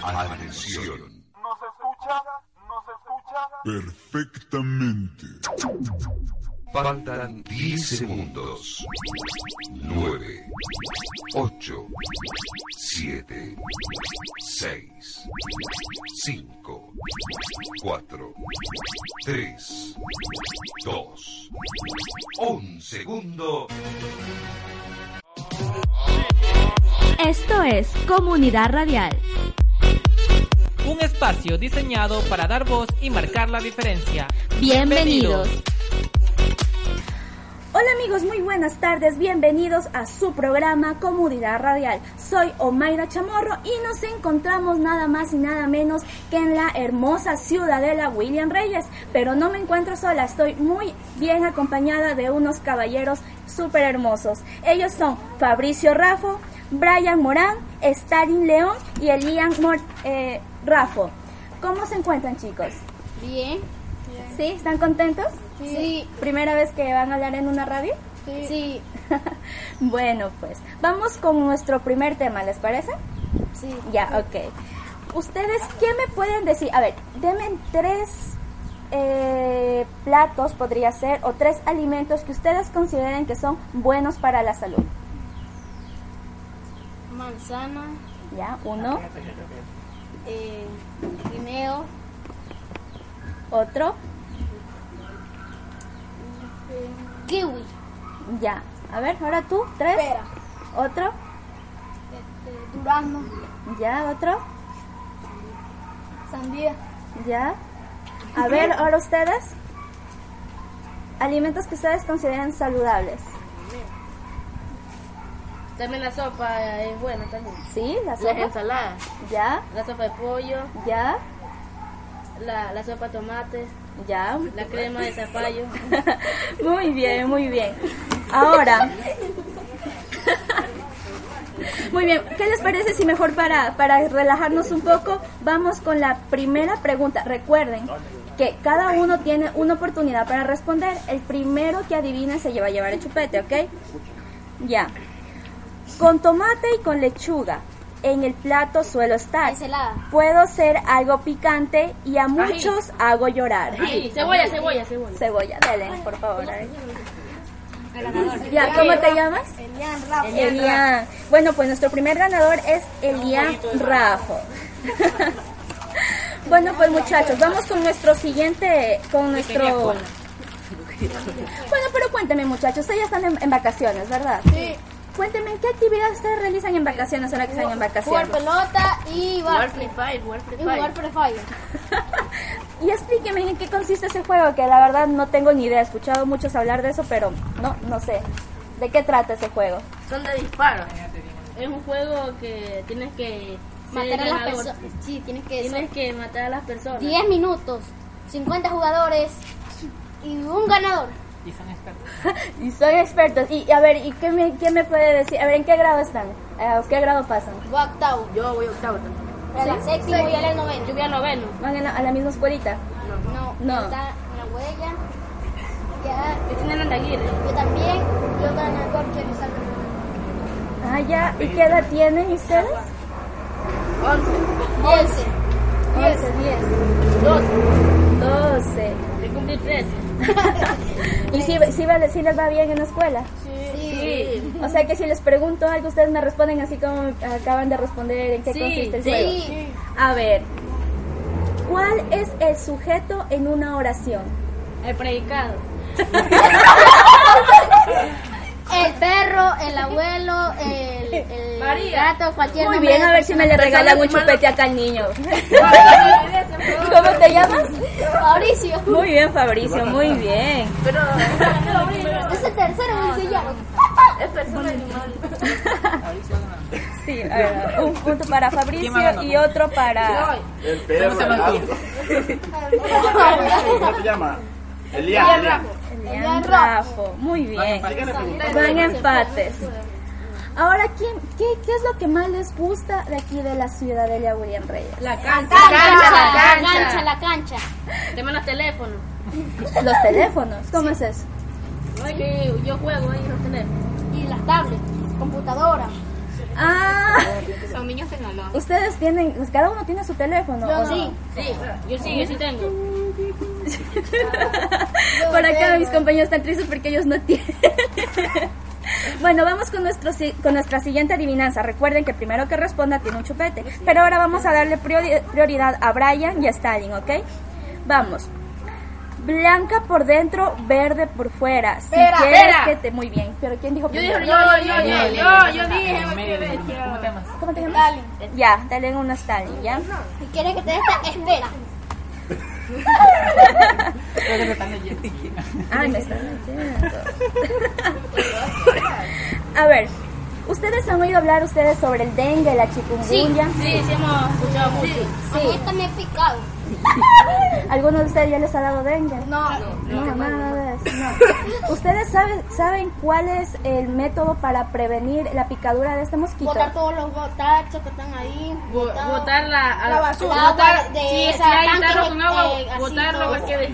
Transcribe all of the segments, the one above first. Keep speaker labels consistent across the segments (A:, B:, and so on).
A: Atención.
B: ¿Nos escucha? ¿Nos escucha?
C: Perfectamente.
A: Faltan 10 segundos. 9, 8, 7, 6, 5, 4, 3, 2, 1 segundo.
D: Esto es Comunidad Radial.
E: Un espacio diseñado para dar voz y marcar la diferencia.
D: Bienvenidos.
E: Bienvenidos.
D: Hola amigos, muy buenas tardes, bienvenidos a su programa Comunidad Radial. Soy Omaira Chamorro y nos encontramos nada más y nada menos que en la hermosa ciudadela William Reyes. Pero no me encuentro sola, estoy muy bien acompañada de unos caballeros súper hermosos. Ellos son Fabricio Rafo, Brian Morán, Stalin León y Elian Mor- eh, Rafo. ¿Cómo se encuentran chicos?
F: Bien.
D: ¿Sí? ¿Están contentos?
F: Sí.
D: ¿Primera vez que van a hablar en una radio?
F: Sí.
D: Bueno, pues vamos con nuestro primer tema, ¿les parece?
F: Sí.
D: Ya, ok. ¿Ustedes qué me pueden decir? A ver, denme tres eh, platos, podría ser, o tres alimentos que ustedes consideren que son buenos para la salud.
F: Manzana,
D: Ya, uno,
F: eh, guineo,
D: otro,
F: kiwi,
D: ya. A ver, ahora tú, tres.
F: Pera.
D: Otro,
F: este, durazno,
D: ya, otro,
F: sandía,
D: ya. A ver, ahora ustedes. Alimentos que ustedes consideren saludables.
G: También la sopa es buena también.
D: ¿Sí? ¿La
G: Las
D: sopa?
G: ensaladas,
D: Ya,
G: la sopa de pollo,
D: ya,
G: la, la sopa de tomate,
D: ya.
G: la crema de zapallo.
D: Muy bien, muy bien. Ahora. Muy bien, ¿qué les parece si mejor para, para relajarnos un poco vamos con la primera pregunta? Recuerden que cada uno tiene una oportunidad para responder. El primero que adivine se lleva a llevar el chupete, ¿ok? Ya. Con tomate y con lechuga en el plato suelo estar.
F: ensalada,
D: Puedo ser algo picante y a muchos hago llorar.
G: Ay, cebolla, cebolla, cebolla.
D: Cebolla, dale, por favor. ahí. Ya, ¿cómo te llamas?
F: Elian Rafa,
D: Elian. Bueno, pues nuestro primer ganador es Elian Rajo. bueno, pues muchachos, vamos con nuestro siguiente, con nuestro... Bueno, pero cuénteme muchachos, ustedes ya están en, en vacaciones, ¿verdad?
F: Sí.
D: Cuénteme, ¿qué actividades ustedes realizan en vacaciones ahora que están en
F: jugar
D: vacaciones?
F: pelota y
G: Jugar
F: bar
G: Free Fire, jugar Free
F: y jugar
G: Fire.
F: Free Fire.
D: Y explíqueme en qué consiste ese juego, que la verdad no tengo ni idea. He escuchado muchos hablar de eso, pero no, no sé. ¿De qué trata ese juego?
G: Son de disparos. Es un juego que tienes que ser
F: Matar a las
G: ganador.
F: personas. Sí, tienes que
G: Tienes que matar a las personas.
F: 10 minutos, 50 jugadores y un ganador.
E: Y son expertos.
D: Y soy experto. Y a ver, ¿y qué me, qué me puede decir? A ver, ¿en qué grado están? Eh, ¿Qué grado pasan?
F: Voy a octavo.
G: Yo voy a octavo también.
F: A la séptima y a la
G: Yo
F: novena.
G: voy a noveno.
D: ¿Van a la, a la misma escuelita?
F: No,
D: No.
F: Está en la huella. Ya.
G: Yo tenía Andaguirre.
F: Yo también. Yo también. Porque no salgo.
D: Ah, ya. ¿Y qué edad tienen ustedes?
G: Once.
F: 11.
D: 11, 10,
G: Doce.
D: 12.
G: Yo cumplí trece.
D: ¿Y si, si, va- si les va bien en la escuela?
G: Sí.
D: O sea que si les pregunto algo, ustedes me responden así como me acaban de responder en qué
G: Sí,
D: consiste el
G: sí.
D: juego.
F: Sí.
D: A ver, ¿cuál es el sujeto en una oración?
G: El predicado.
F: El perro, el abuelo, el, el
G: María.
F: gato, cualquier
D: Muy
F: nombre
D: bien,
F: de
D: a ver si me le
F: persona.
D: regalan un
G: Persona
D: chupete acá al niño. ¿Cómo te llamas?
F: Mauricio.
D: Muy bien, Fabricio, muy bien.
F: Es el tercero, Mauricio ya.
D: Sí, a ver, un punto para Fabricio y otro para...
H: El perro.
E: ¿Cómo se llama
H: el
E: tú?
H: gato. ¿Cómo te Ah, llama? Elian. Elian.
D: Elian Raffo. Muy bien.
H: ¿Qué le preguntas?
D: Van empates. Ahora, ¿quién, qué, ¿qué es lo que más les gusta de aquí de la ciudad de Lea William Reyes?
G: La cancha.
F: La cancha, la cancha.
G: Deme los teléfonos.
D: Los teléfonos. ¿Cómo es eso?
G: No es que yo juego ahí en los teléfonos.
F: Y las tablets, computadora.
D: Ah,
G: Son
I: niños tecnológicos.
D: Ustedes tienen, pues, cada uno tiene su teléfono. ¿o no?
F: Sí.
G: Sí, yo sí, yo sí tengo.
D: Por acá mis compañeros están tristes porque ellos no tienen. Bueno, vamos con, nuestro, si- con nuestra siguiente adivinanza. Recuerden que primero que responda tiene un chupete. Pero ahora vamos a darle priori- prioridad a Brian y a Stalin, ¿ok? Vamos. Blanca por dentro, verde por fuera. Si
F: Pera,
D: quieres
F: pera.
D: que te... Muy bien. ¿Pero quién dijo primero?
F: yo, yo, yo, yo dije,
E: ¿Cómo te llamas?
D: ¿Cómo te llamas?
F: Dale.
D: Ya, dale una Stalin, ¿ya?
F: Si quieres que te dé esta, espera.
D: Ay, Ah, me están metiendo. a ver, ¿ustedes han oído hablar ustedes sobre el dengue, la chikungunya?
G: Sí, sí hemos escuchado mucho.
F: Sí. A mí esto me he picado.
D: ¿Alguno de ustedes ya les ha dado dengue?
F: No,
D: No, nada de eso, no. ¿Ustedes saben, saben cuál es el método para prevenir la picadura de este mosquito?
F: botar todos los botachos que están ahí.
G: Bo-
F: botar-
G: Botar la, a-
F: La basura.
G: botar-
F: La agua de
G: si-
F: esa
G: si hay
F: tanque,
G: tarro con agua,
F: eh, así
G: botarlo
F: todo.
G: porque de-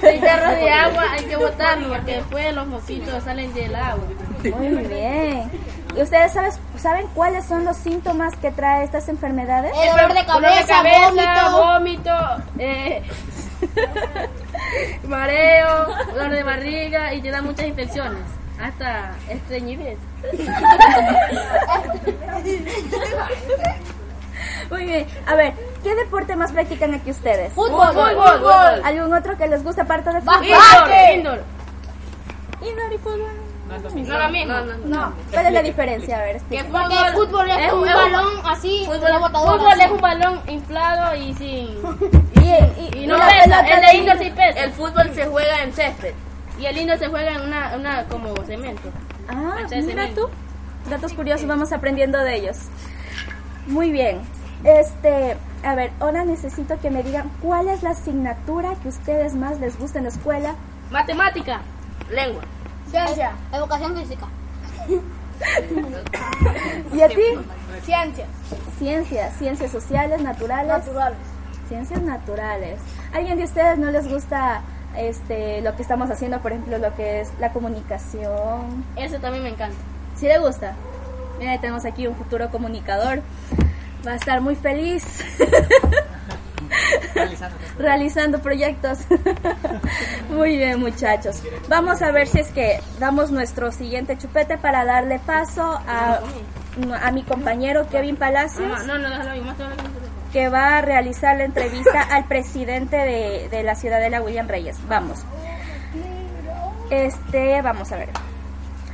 G: si hay tarro de agua hay que botarlo porque después los mosquitos salen del agua.
D: Muy bien. ¿Y ustedes sabes, saben cuáles son los síntomas que trae estas enfermedades?
F: El dolor de
G: Dolor de
F: cabeza,
G: cabeza,
F: vómito.
G: vómito, eh, mareo, dolor de barriga y te dan muchas infecciones, hasta estreñidez.
D: Muy bien. A ver, ¿qué deporte más practican aquí ustedes?
F: Fútbol,
G: Fútbol, fútbol.
D: ¿Algún otro que les guste aparte de fútbol?
G: Indoor,
F: Bate.
G: indoor.
D: Indoor y fútbol.
G: No lo mismo.
D: ¿Cuál es la diferencia? A ver, explica.
G: Que
F: Porque el fútbol es, un balón así,
G: Fútbol,
F: una botadora
G: fútbol es
F: así.
G: un balón inflado y sin.
D: Y,
G: Y no
D: la
G: pesa,
D: pelota
G: el de
D: de-
G: indoor sí pesa.
J: El fútbol se juega en césped.
G: Y el indoor se juega en una, una como cemento.
D: Ah,
G: Mancha de
D: mira
G: cemento.
D: tú. Datos curiosos, vamos aprendiendo de ellos. Muy bien. Este, a ver, ahora necesito que me digan cuál es la asignatura que ustedes más les gusta en la escuela.
G: Matemática, lengua.
J: Ciencia.
F: Educación física.
D: ¿Y a ti?
J: Ciencia.
D: Ciencias, ciencias sociales, naturales.
J: Naturales.
D: Ciencias naturales. ¿Alguien de ustedes no les gusta este lo que estamos haciendo, por ejemplo, lo que es la comunicación?
G: Eso también me encanta.
D: ¿Sí le gusta? Mira, ahí tenemos aquí un futuro comunicador. Va a estar muy feliz. realizando proyectos. Muy bien, muchachos. Vamos a ver si es que damos nuestro siguiente chupete para darle paso a, a mi compañero Kevin
G: Ah,
D: Palacios,
G: no, no, déjalo ahí, muéstralo aquí.
D: que va a realizar la entrevista al presidente de, de la ciudadela, William Reyes. Vamos. Este, vamos a ver.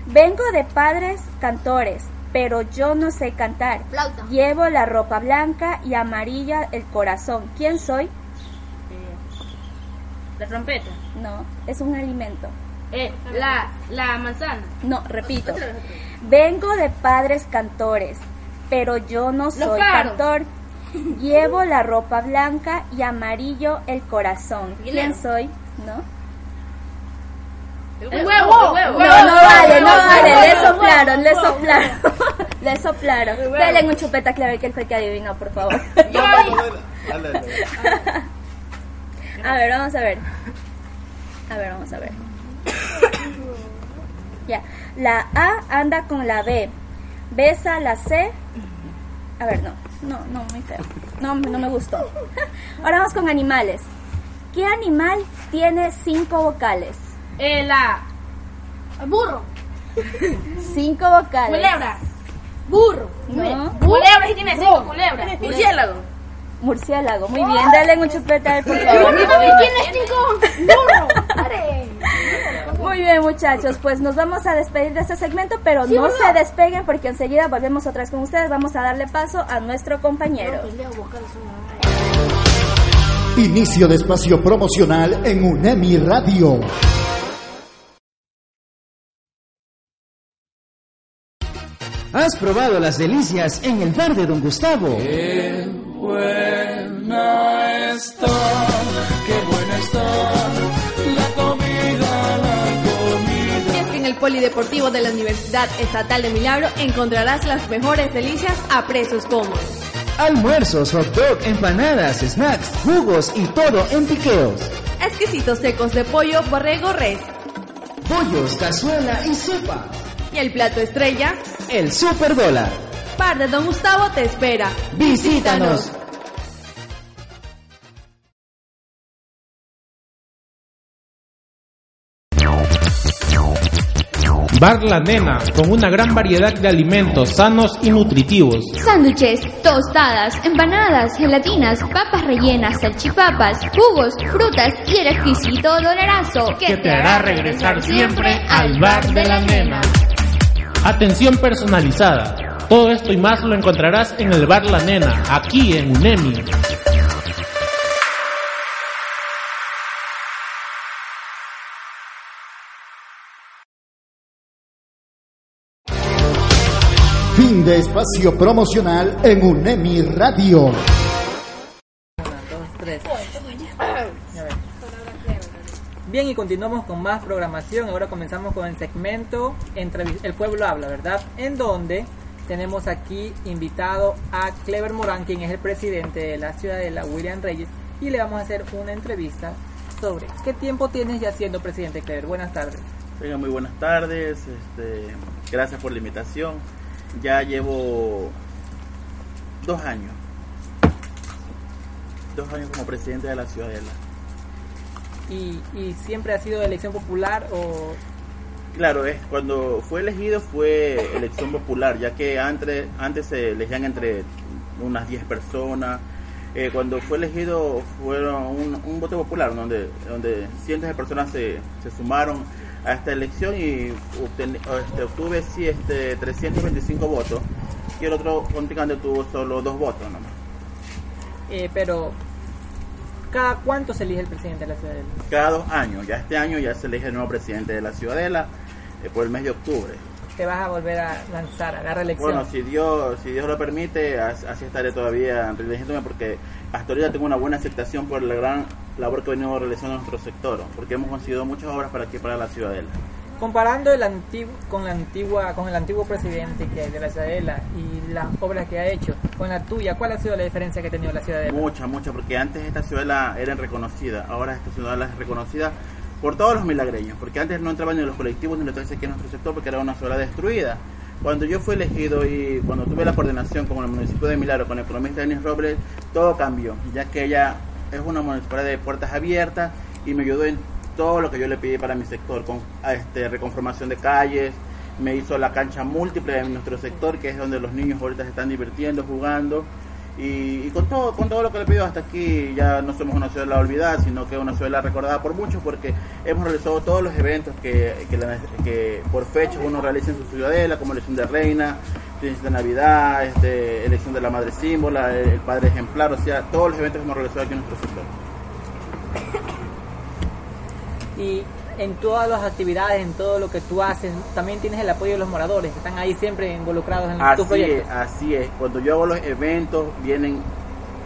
D: Vengo de padres cantores, pero yo no sé cantar.
F: Flauta.
D: Llevo la ropa blanca y amarilla el corazón. ¿Quién soy?
G: La trompeta.
D: No, es un alimento.
G: Eh, la, la manzana.
D: No, repito. Vengo de padres cantores, pero yo no soy
G: faros.
D: cantor. Llevo la ropa blanca y amarillo el corazón. ¿Quién
G: Guileno.
D: soy? ¿No?
G: El huevo, el huevo.
D: No, no vale, no vale. Le soplaron, le soplaron. Le soplaron. Dale un chupeta clave que él fue que adivinó, por favor.
H: No, no, no, no, no, no, no.
D: A ver, vamos a ver. A ver, vamos a ver. Ya. La A anda con la B. Besa la C. A ver, no. No, no, muy feo. No, no me gustó. Ahora vamos con animales. ¿Qué animal tiene cinco vocales?
G: Eh, la
F: Burro.
D: Cinco vocales.
G: culebra. Burro.
D: No.
G: Culebra, sí tiene cinco culebras.
J: Murciélago.
D: Murciélago. Muy bien. Dale un chupete a él, por favor.
F: Burro también tiene cinco.
D: Muy bien, muchachos, pues nos vamos a despedir de este segmento, pero no se despeguen porque enseguida volvemos otra vez con ustedes. Vamos a darle paso a nuestro compañero.
K: Inicio de espacio promocional en UNEMI Radio.
L: ¿Has probado las delicias en el bar de Don Gustavo?
J: pues, que en el Polideportivo de la Universidad Estatal de Milagro encontrarás las mejores delicias a precios cómodos.
L: Almuerzos, hot dog, empanadas, snacks, jugos y todo en piqueos.
J: Exquisitos secos de pollo, borrego, res.
L: Pollos, cazuela y sopa.
J: Y el plato estrella,
L: El Super Dólar.
J: par de Don Gustavo te espera.
L: Visítanos.
I: Bar La Nena, con una gran variedad de alimentos sanos y nutritivos.
M: Sándwiches, tostadas, empanadas, gelatinas, papas rellenas, salchipapas, jugos, frutas y el exquisito dolarazo
N: que te hará regresar siempre al bar de la nena.
I: Atención personalizada. Todo esto y más lo encontrarás en el Bar La Nena, aquí en UNEMI.
K: Fin de espacio promocional en UNEMI Radio.
O: Bien, y continuamos con más programación. Ahora comenzamos con el segmento Entrevi- El Pueblo Habla, ¿verdad? En donde tenemos aquí invitado a Clever Morán, quien es el presidente de la Ciudadela, William Reyes, y le vamos a hacer una entrevista sobre qué tiempo tienes ya siendo presidente, Clever. Buenas tardes.
H: Oigan, muy buenas tardes. Este, gracias por la invitación. Ya llevo dos años. Dos años como presidente de la Ciudadela.
O: ¿Y, y siempre ha sido elección popular o
H: Claro, es, cuando fue elegido fue elección popular, ya que antes, antes se elegían entre unas 10 personas. Eh, cuando fue elegido fueron un, un voto popular, donde, donde cientos de personas se, se sumaron a esta elección y obten- este, obtuve sí, este, 325 votos y el otro contrincante tuvo solo dos votos nomás.
O: Eh, pero, ¿cada cuánto se elige el presidente de la ciudad?
H: Cada dos años, ya este año ya se elige el nuevo presidente de la Ciudadela eh, por el mes de octubre.
O: Te vas a volver a lanzar a la reelección.
H: Bueno, si Dios, si Dios lo permite, as- así estaré todavía realizándome porque hasta ahorita tengo una buena aceptación por la gran labor que venimos realizando en nuestro sector, porque hemos conseguido muchas obras para aquí, para la ciudadela.
O: Comparando el antiguo, con, la antigua, con el antiguo presidente que hay de la Ciudadela y las obras que ha hecho con la tuya, ¿cuál ha sido la diferencia que ha tenido la Ciudadela?
H: Muchas, muchas, porque antes esta ciudadela era reconocida, ahora esta ciudadela es reconocida por todos los milagreños, porque antes no entraban ni los colectivos ni los taxis aquí en nuestro sector porque era una ciudad destruida. Cuando yo fui elegido y cuando tuve la coordinación con el municipio de Milagro, con el economista Denis Robles, todo cambió, ya que ella es una municipalidad de puertas abiertas y me ayudó en todo lo que yo le pedí para mi sector, con a, este, reconformación de calles, me hizo la cancha múltiple de nuestro sector, que es donde los niños ahorita se están divirtiendo, jugando, y, y con todo con todo lo que le pido hasta aquí ya no somos una ciudad de la olvidada sino que una ciudad recordada por muchos porque hemos realizado todos los eventos que, que, la- que por fecha uno realiza en su ciudadela como elección de reina elección de navidad este, elección de la madre símbola el, el padre ejemplar o sea todos los eventos que hemos realizado aquí en nuestro sector
O: Y en todas las actividades, en todo lo que tú haces, también tienes el apoyo de los moradores que están ahí siempre involucrados en tus
H: Así
O: proyectos.
H: es, así es. Cuando yo hago los eventos, vienen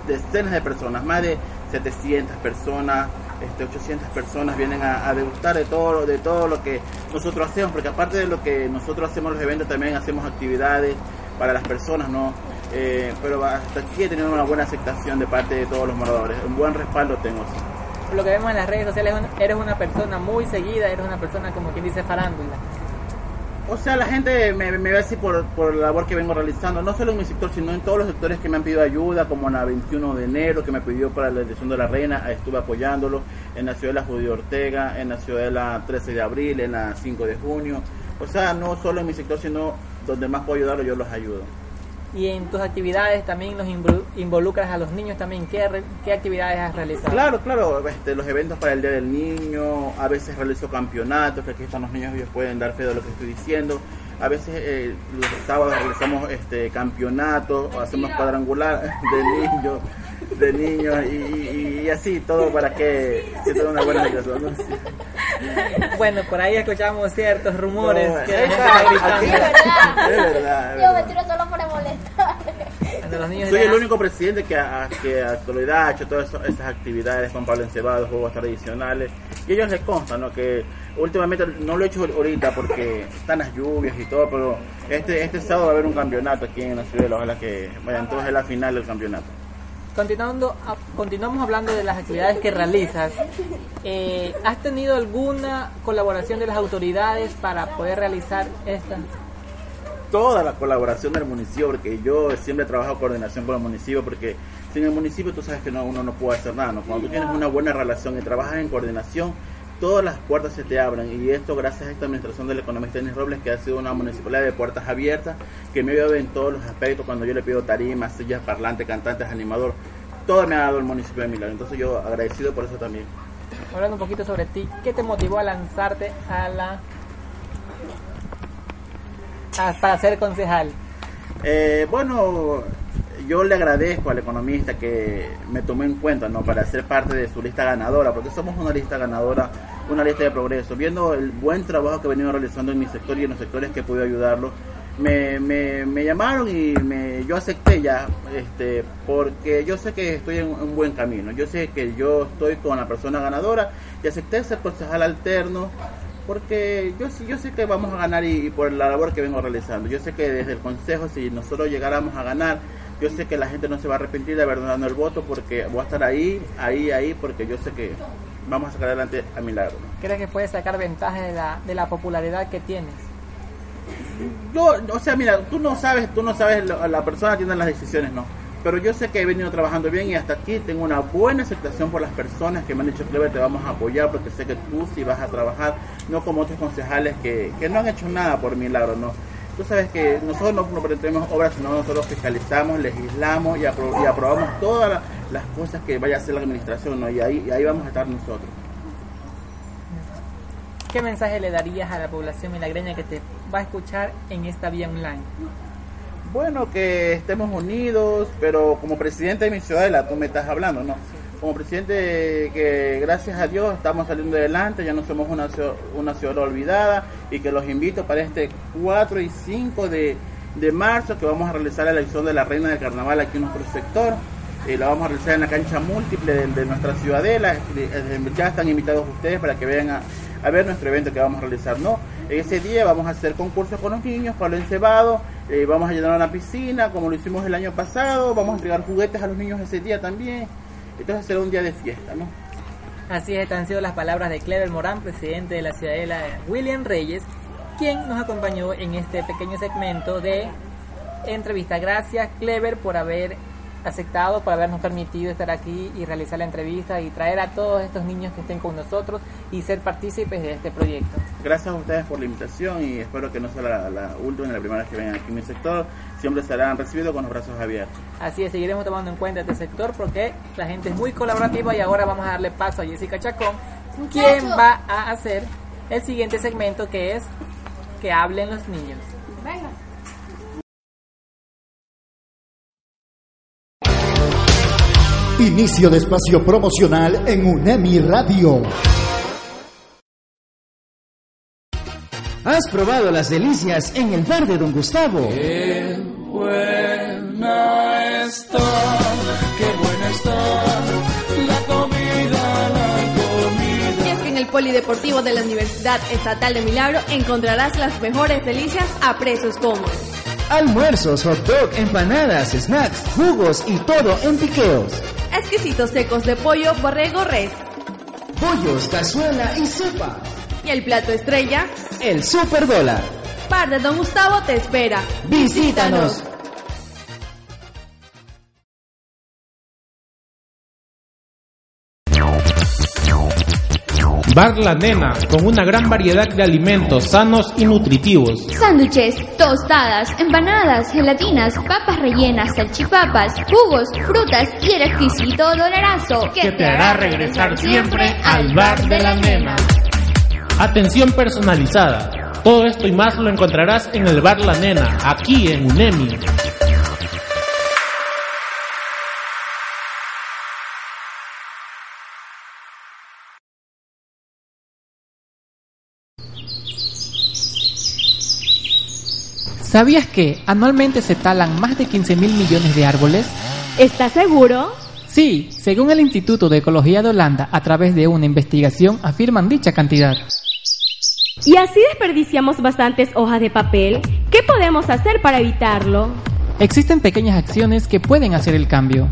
H: decenas de personas, más de 700 personas, este, 800 personas vienen a, a degustar de todo, lo- de todo lo que nosotros hacemos, porque aparte de lo que nosotros hacemos en los eventos, también hacemos actividades para las personas, ¿no? Eh, pero hasta aquí he tenido una buena aceptación de parte de todos los moradores, un buen respaldo tengo.
O: Por Lo que vemos en las redes sociales, un- eres una persona muy seguida, eres una persona como quien dice farándula.
H: O sea, la gente me, me ve así por, por la labor que vengo realizando, no solo en mi sector, sino en todos los sectores que me han pedido ayuda, como en la 21 de enero, que me pidió para la elección de la reina, estuve apoyándolo, en la ciudad de la Judío Ortega, en la ciudad de la 13 de abril, en la 5 de junio. O sea, no solo en mi sector, sino donde más puedo ayudarlo, yo los ayudo.
O: Y en tus actividades también los involu- involucras a los niños también. ¿Qué, re- qué actividades has realizado?
H: Claro, claro, este, los eventos para el Día del Niño, a veces realizo campeonatos, que aquí están los niños, ellos pueden dar fe de lo que estoy diciendo. A veces eh, los sábados realizamos este, campeonatos, o hacemos cuadrangular de niños, de niños y, y- y así, todo para que se tenga una buena relación. ¿no? Sí.
O: Bueno, por ahí escuchamos ciertos rumores
H: No,
O: que
H: ahí
O: la gente
H: está,
O: está
H: aquí.
O: gritando.
H: Es verdad, es
F: Yo me
H: verdad.
F: tiro solo para molestar.
H: Soy el único presidente que a, que a actualidad ha hecho todas eso- esas actividades con Pablo Encebados, juegos tradicionales. Y ellos les consta, ¿no? Que últimamente no lo he hecho ahorita porque están las lluvias y todo, pero este este sábado va a haber un campeonato aquí en la ciudad, ojalá que vayan todos a la final del campeonato.
O: Continuando, a- continuamos hablando de las actividades que realizas. Eh, ¿Has tenido alguna colaboración de las autoridades para poder realizar estas?
H: toda la colaboración del municipio, porque yo siempre trabajo en coordinación con el municipio, porque sin el municipio tú sabes que no, uno no puede hacer nada. ¿no? Cuando tú tienes una buena relación y trabajas en coordinación, todas las puertas se te abren y esto gracias a esta administración del economista Denis Robles que ha sido una municipalidad de puertas abiertas que me veo en todos los aspectos cuando yo le pido tarimas, sillas, parlantes, cantantes, animador, todo me ha dado el municipio de Milagro, entonces yo agradecido por eso también.
O: Hablando un poquito sobre ti, ¿qué te motivó a lanzarte a la a- para ser concejal?
H: Eh, bueno, yo le agradezco al economista que me tomó en cuenta ¿no? para ser parte de su lista ganadora, porque somos una lista ganadora, una lista de progreso. Viendo el buen trabajo que he venido realizando en mi sector y en los sectores que pude ayudarlo, me, me- me llamaron y me, yo acepté ya, este, porque yo sé que estoy en un buen camino. Yo sé que yo estoy con la persona ganadora y acepté ser concejal alterno porque yo sí- yo sé que vamos a ganar y, y por la labor que vengo realizando. Yo sé que desde el consejo si nosotros llegáramos a ganar, yo sé que la gente no se va a arrepentir de haber donado el voto porque voy a estar ahí, ahí, ahí porque yo sé que vamos a sacar adelante a milagro.
O: ¿Crees que puedes sacar ventaja de la, de la popularidad que tienes?
H: Yo, o sea, mira, tú no sabes, tú no sabes, lo- la persona tiene las decisiones, no. Pero yo sé que he venido trabajando bien y hasta aquí tengo una buena aceptación por las personas que me han dicho, Clever, te vamos a apoyar porque sé que tú sí vas a trabajar, no como otros concejales que, que no han hecho nada por milagro, no. Tú sabes que nosotros no pretendemos obras, sino nosotros fiscalizamos, legislamos y, apro- y aprobamos todas la- las cosas que vaya a hacer la administración, ¿no? Y ahí, y ahí vamos a estar nosotros.
O: ¿Qué mensaje le darías a la población milagreña que te va a escuchar en esta vía online?
H: Bueno, que estemos unidos, pero como presidente de mi ciudadela, tú me estás hablando, ¿no? Como presidente, que gracias a Dios estamos saliendo adelante, ya no somos una, ciu- una ciudad olvidada y que los invito para este 4 y 5 de, de marzo que vamos a realizar la elección de la reina del carnaval aquí en nuestro sector. Y Eh, la vamos a realizar en la cancha múltiple de, de nuestra ciudadela. Eh, Ya están invitados ustedes para que vengan a, a ver nuestro evento que vamos a realizar, ¿no? Ese día vamos a hacer concursos con los niños, palo encebado, eh, vamos a llenar una piscina como lo hicimos el año pasado, vamos a entregar juguetes a los niños ese día también. Entonces será un día de fiesta, ¿no?
O: Así es, han sido las palabras de Clever Morán, presidente de la ciudadela William Reyes, quien nos acompañó en este pequeño segmento de entrevista. Gracias, Clever, por haber aceptado, por habernos permitido estar aquí y realizar la entrevista y traer a todos estos niños que estén con nosotros y ser partícipes de este proyecto.
H: Gracias a ustedes por la invitación y espero que no sea la, la última ni la primera vez que vengan aquí en mi sector. Siempre serán recibidos con los brazos abiertos.
O: Así es, seguiremos tomando en cuenta este sector porque la gente es muy colaborativa y ahora vamos a darle paso a Jessica Chacón, quien
G: Muchacho.
O: va a hacer el siguiente segmento que es que hablen los niños.
G: Venga.
K: Inicio de espacio promocional en UNEMI Radio.
L: ¿Has probado las delicias en el bar de Don Gustavo?
N: Buena está, qué buena está la comida, la comida.
J: Y es que en el Polideportivo de la Universidad Estatal de Milagro encontrarás las mejores delicias a precios cómodos.
L: Almuerzos, hot dog, empanadas, snacks, jugos y todo en piqueos.
J: Exquisitos secos de pollo, borrego, res.
L: Pollos, cazuela y sopa.
J: Y el plato estrella,
L: El super dólar.
J: Bar de Don Gustavo te espera.
L: Visítanos.
I: Bar La Nena, con una gran variedad de alimentos sanos y nutritivos.
M: Sándwiches, tostadas, empanadas, gelatinas, papas rellenas, salchipapas, jugos, frutas y el exquisito dolarazo
N: Que te hará regresar siempre al bar de la nena.
I: Atención personalizada. Todo esto y más lo encontrarás en el Bar La Nena, aquí en UNEMI.
E: ¿Sabías que anualmente se talan más de 15 mil millones de árboles?
P: ¿Estás seguro?
E: Sí, según el Instituto de Ecología de Holanda, a través de una investigación afirman dicha cantidad.
P: Y así desperdiciamos bastantes hojas de papel. ¿Qué podemos hacer para evitarlo?
E: Existen pequeñas acciones que pueden hacer el cambio.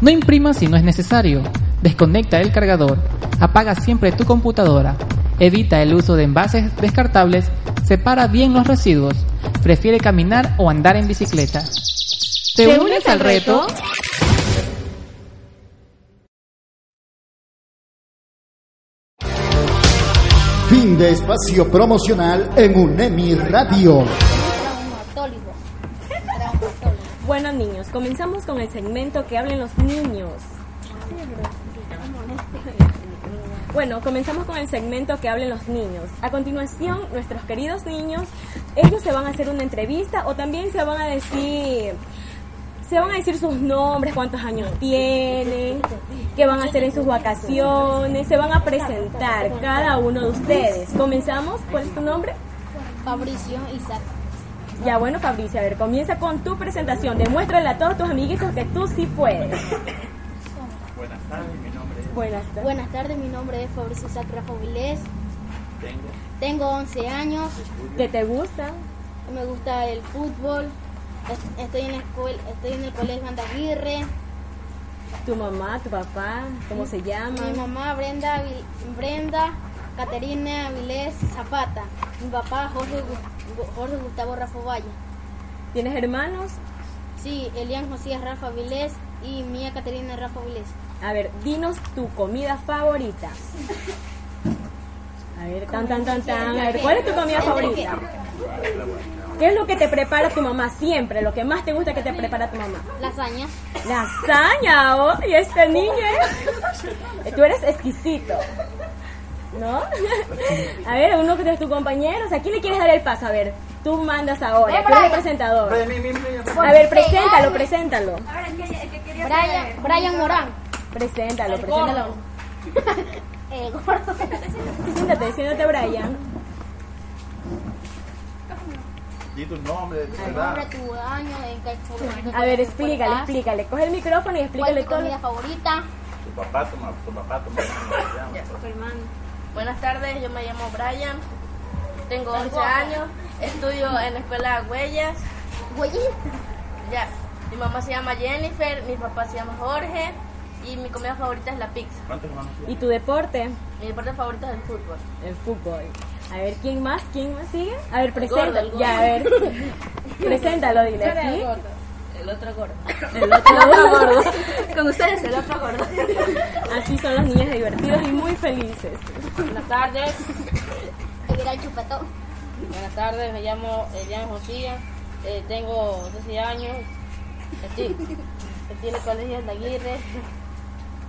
E: No imprimas si no es necesario. Desconecta el cargador. Apaga siempre tu computadora.
O: evita el uso de envases descartables, separa bien los residuos, prefiere caminar o andar en bicicleta. ¿Te, unes al reto?
L: Fin de espacio promocional en UNEMI Radio.
D: Bueno niños, comenzamos con el segmento que hablen los niños. Bueno, comenzamos con el segmento que hablen los niños. A continuación, nuestros queridos niños, ellos se van a hacer una entrevista o también se van a decir, se van a decir sus nombres, cuántos años tienen, qué van a hacer en sus vacaciones, se van a presentar cada uno de ustedes. Comenzamos, ¿cuál es tu nombre?
F: Fabricio Isaac.
D: Ya bueno, Fabricia, a ver, comienza con tu presentación. Demuéstrale a todos tus amiguitos que tú sí puedes.
Q: Buenas tardes, mi nombre es.
D: Buenas tardes.
F: Buenas tardes, mi nombre es Fabricio Isaac Rafa Vilés.
Q: Tengo.
F: Tengo 11 años.
D: ¿Qué te gusta?
F: Me gusta el fútbol. Es- Estoy en, la escuela, estoy en el colegio Andaguirre.
D: ¿Tu mamá, tu papá? ¿Cómo se llama?
F: Mi mamá Brenda Vil- Brenda Caterina Vilés Zapata. Mi papá Jorge, Gu- Jorge Gustavo Rafa Valle.
D: ¿Tienes hermanos?
F: Sí, Elian Josías Rafa Vilés y Mía Caterina Rafa Vilés.
D: A ver, dinos tu comida favorita. A ver, tan, tan, tan, tan. A ver, ¿cuál es tu comida favorita? ¿Qué es lo que te prepara tu mamá siempre? Lo que más te gusta que te prepara tu mamá.
F: Lasaña.
D: Lasaña, oh, y este niño es... Tú eres exquisito, ¿no? A ver, uno de tus compañeros, ¿a quién le quieres dar el paso? A ver, tú mandas ahora, tú eres el presentador. A ver, preséntalo, preséntalo.
F: Brian, Brian Morán.
D: Preséntalo, preséntalo.
F: El gordo.
D: Siéntate, siéntate, Brian.
H: Di tu nombre, tu
F: Nombre,
H: edad.
F: tu año, en qué
D: A ver, explícale, explícale. Coge el micrófono y explícale
F: ¿Cuál es tu
D: todo.
F: comida favorita?
H: Tu papá, tu mamá, tu papá, tu mamá.
G: Buenas tardes, yo me llamo Brian, tengo 11 años, estudio en la escuela Huellas.
F: ¿Huellas?
G: Ya, mi mamá se llama Jennifer, mi papá se llama Jorge y mi comida favorita es la pizza.
H: ¿Cuántos hermanos
D: ¿Y tu deporte?
G: Mi deporte favorito es el fútbol.
D: El fútbol. A ver, ¿quién más? ¿Quién más sigue? A ver,
G: El gordo, el
D: preséntalo.
G: gordo.
D: Ya, a ver. Preséntalo, dile.
G: ¿Cuál era el
D: ¿sí?
G: gordo? El otro gordo.
D: El otro gordo.
G: Con ustedes, el otro gordo.
D: Así son los niños divertidos y muy felices.
G: Buenas tardes.
F: el chupetón.
G: Buenas tardes, me llamo Elian Josía, eh, tengo 12 años, estoy, estoy en el colegio de Aguirre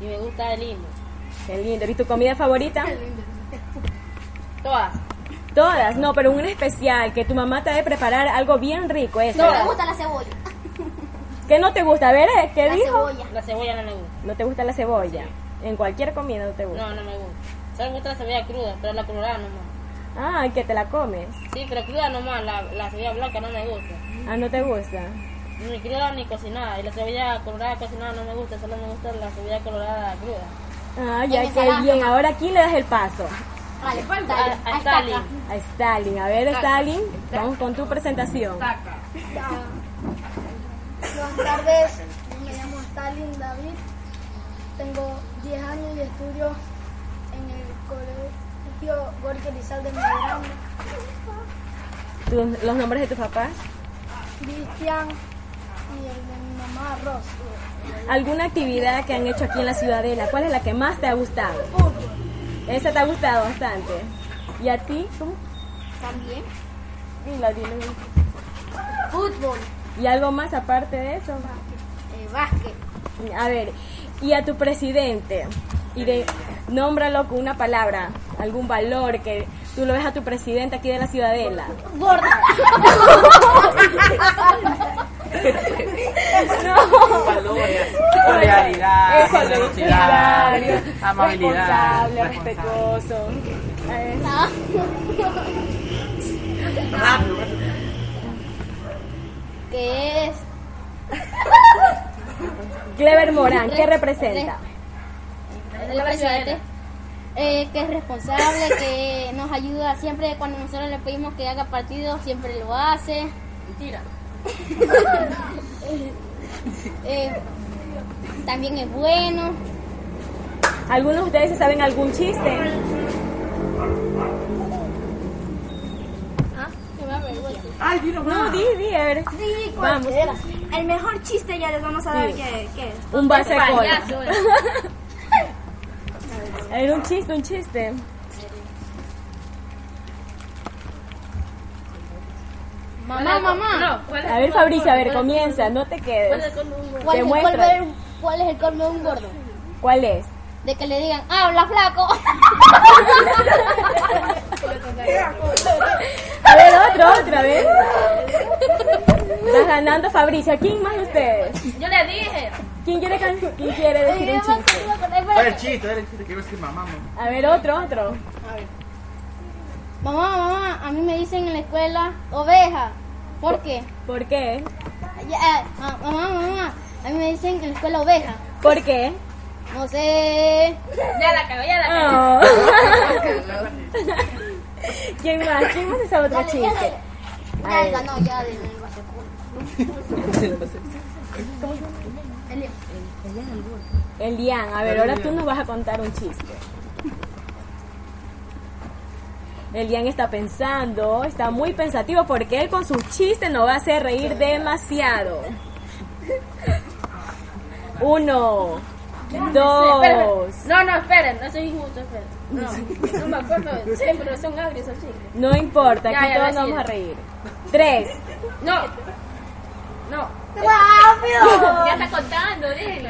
G: y me gusta el himno.
D: Qué lindo. ¿Y tu comida favorita?
G: Todas.
D: Todas, no, pero un especial, que tu mamá te debe preparar algo bien rico. Eso.
F: No, me gusta la cebolla.
D: ¿Qué no te gusta? A ver, ¿eh? ¿qué
F: La
D: dijo?
F: cebolla.
G: La cebolla no me gusta.
D: ¿No te gusta la cebolla? En cualquier comida no te gusta.
G: No, no me gusta. Solo me gusta la cebolla cruda, pero la colorada nomás.
D: Ah, que te la comes.
G: Sí, pero cruda nomás, la, la cebolla blanca no me gusta.
D: Ah, no te gusta.
G: Ni cruda ni cocinada. Y la cebolla colorada cocinada no me gusta, solo me gusta la cebolla colorada cruda.
D: Ah,
G: En
D: ya que
G: ensalada,
D: bien.
G: mamá.
D: Ahora, ¿a quién le das el paso?
F: Vale,
G: A- a Stalin.
D: A Stalin. A ver,
G: Taca.
D: Stalin, vamos con tu presentación.
R: Buenas tardes, me llamo Stalin David, tengo 10 años y estudio en el colegio Gorky Elizalde de Grande.
D: Tus- ¿Los nombres de tus papás?
R: Cristian y el de mi mamá Ross.
D: ¿Alguna actividad que han hecho aquí en la Ciudadela? ¿Cuál es la que más te ha gustado? Esa te ha gustado bastante. ¿Y a ti? ¿Cómo?
F: También.
D: Dilo, dilo.
F: Fútbol,
D: ¿Y algo más aparte de eso?
F: eh, básquet.
D: A ver, y a tu presidente, y de, nómbralo con una palabra, algún valor que tú lo ves a tu presidente aquí de la Ciudadela.
F: Gorda.
D: Valores,
S: solidaridad, generosidad,
D: solidario,
S: amabilidad,
D: responsable, respetuoso. A ver.
F: ¿Qué es?
D: Clever Morán, ¿qué representa?
F: El presidente. Eh, que es responsable, que nos ayuda siempre cuando nosotros le pedimos que haga partido, siempre lo hace. Mentira. Eh, también es bueno.
D: ¿Algunos de ustedes se saben algún chiste? Ay, dilo No, di, di, a ver.
T: Sí,
D: Vamos.
T: cualquiera. El mejor chiste ya les vamos a dar
D: Sí.
T: que, que es.
F: Este
D: Un vaso de cola.
T: Payaso, eh.
D: A ver, un chiste, un chiste.
F: Mamá, mamá. No, ¿cuál es
D: A
F: el
D: ver,
F: colmo?
D: Fabricio, a ver,
F: ¿Cuál es el
D: comienza, no te
F: ¿Cuál es
D: quedes.
F: el colmo de un gordo?
D: ¿Cuál es el colmo de un-
F: ¿Cuál es el colmo de un gordo?
D: ¿Cuál es?
F: De que le digan, habla flaco.
D: A ver, otro, otra vez. Estás ganando, Fabricio. ¿A quién más de ustedes?
F: Yo le dije.
D: ¿Quién quiere, can- quién quiere decir un chiste?
H: Dale el chiste, dale el chiste, que iba a decir mamá, mamá.
D: A ver, otro, otro.
F: Mamá, mamá, a mí me dicen en la escuela oveja. ¿Por qué?
D: ¿Por qué?
F: Ya, ah, mamá, mamá, a mí me dicen en la escuela oveja.
D: ¿Por qué?
F: No sé.
D: Ya la
F: cagué,
D: ya la cagué. ¿Quién más? ¿Quién más se sabe otro
F: Dale,
D: chiste?
F: ya dale.
D: A
F: Ya
D: ver.
F: ganó, ya del Barcelona. El-
D: Elian, a ver,
F: Dale,
D: ahora
F: Elian.
D: tú nos vas a contar un chiste. Elian está pensando, está muy pensativo porque él con su chiste nos va a hacer reír demasiado. Uno, dos.
G: No, no, esperen, no soy injusto, esperen. No, no me acuerdo, sí, pero son agrios esos chistes.
D: No importa,
G: Ya,
D: aquí
G: ya,
D: todos
G: ahora
D: nos
G: sí.
D: vamos a reír. Tres.
G: No, no.
D: ¡Rápido!
G: Ya está contando, déjelo.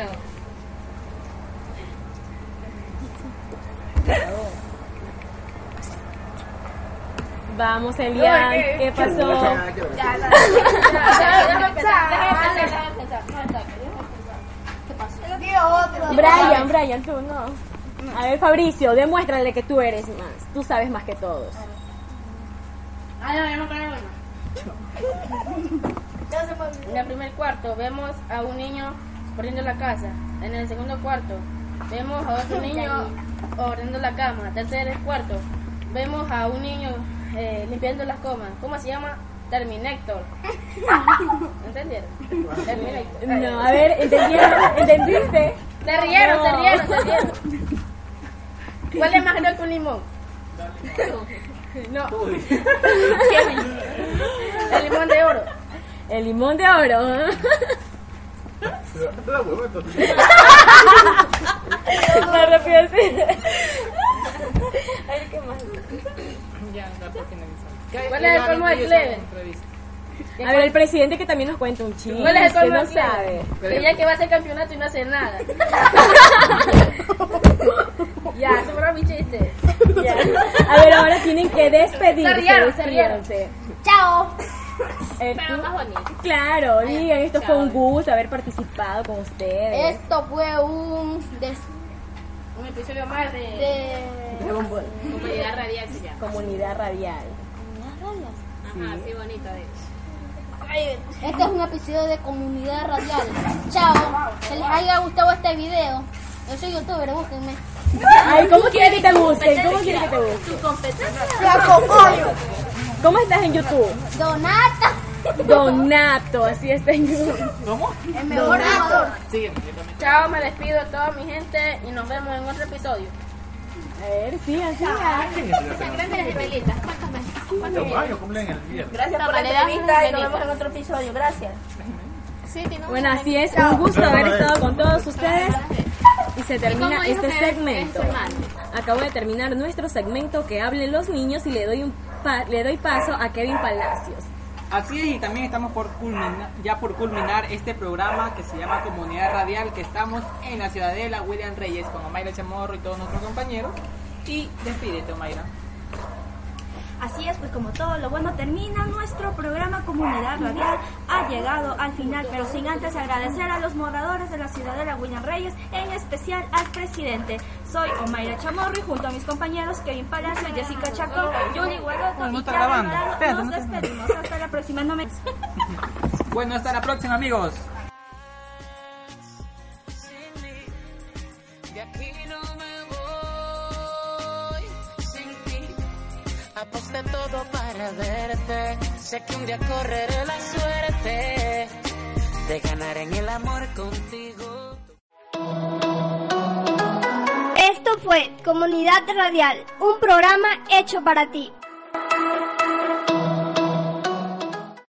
D: Vamos, Elian,
G: Oye.
D: ¿qué pasó?
G: Ya, ya, ya. Déjame pensar, déjame pensar, déjame pensar. ¿Qué pasó?
D: Brian, Brian, tú no. A ver, Fabricio, demuéstrale que tú eres más. Tú sabes más que todos.
G: Ah, no, yo no creo en En el primer cuarto vemos a un niño corriendo la casa. En el segundo cuarto vemos a otro niño ordenando la cama. Tercer cuarto vemos a un niño eh, limpiando las comas. ¿Cómo se llama? Terminator. ¿Entendieron? Terminator.
D: No, a ver, ¿entendieron? ¿entendiste?
G: Se rieron, se
D: No.
G: rieron, se rieron. ¿Cuál es más grande que un limón? No. El limón de oro.
D: El limón de oro. Más rápido así.
G: ¿qué más? Este
D: ¿Cuál es el colmo del plebe? A ver, el presidente que también nos cuenta un chiste.
G: ¿Cuál es el colmo
D: no
G: del plebe?
D: sabe.
G: Que ya que va a ser campeonato y no hace nada. ya, se borró mi chiste. Ya.
D: A ver, ahora tienen que despedirse.
G: Se rieron, se rieron.
D: despídanse.
G: Chao.
D: Eh,
G: Pero
D: tú-
G: más bonito.
D: Claro, digan, esto
F: chao.
D: fue un gusto haber participado con ustedes.
F: Esto fue un des-
G: Un episodio más de...
F: de-
D: Dragon Ball.
G: Comunidad radial se llama.
D: Comunidad radial.
G: Ajá, sí, bonito de
F: Este es un episodio de Comunidad Radial. Chao. Que les haya gustado este video. Yo soy youtuber, búsquenme.
D: Ay, ¿cómo quieres que te busquen? ¿Cómo quieres que te busquen?
G: Tu competencia.
D: ¿Cómo estás en YouTube?
F: Donata.
D: Donato, así está en YouTube.
G: ¿Cómo? El
D: mejor jugador.
G: Chao, me despido de toda mi gente y nos vemos en otro episodio.
D: A ver, sí, así.
G: Gracias
D: No,
G: por la
D: Valera,
G: entrevista y nos
D: bienvenida.
G: vemos en otro episodio. Gracias.
D: Bueno, así es. Un gusto haber estado con todos ustedes. Y se termina este segmento. Acabo de terminar nuestro segmento que hablen los niños y le doy, un pa- le doy paso a Kevin Palacios.
O: Así es, y también estamos por culminar, ya por culminar este programa que se llama Comunidad Radial, que estamos en la Ciudadela, William Reyes, con Omaira Chamorro y todos nuestros compañeros. Y despídete, Omaira.
T: Así es, pues como todo lo bueno termina, nuestro programa Comunidad Radial ha llegado al final, pero sin antes agradecer a los moradores de la ciudadela William Reyes, en especial al presidente. Soy Omaira Chamorro y junto a mis compañeros Kevin Palacio, Jessica Chacón, Julie Guaroto
O: No
T: y
O: está
T: Clara
O: grabando.
T: Alvarado.
O: Espérate,
T: Nos
O: no está-
T: despedimos. Hasta la próxima. No me...
O: Bueno, hasta la próxima, amigos.
U: De aquí no me voy sin ti. Aposté todo para verte. Sé que un día correré la suerte de ganar en el amor contigo.
V: Esto fue Comunidad Radial, un programa hecho para ti.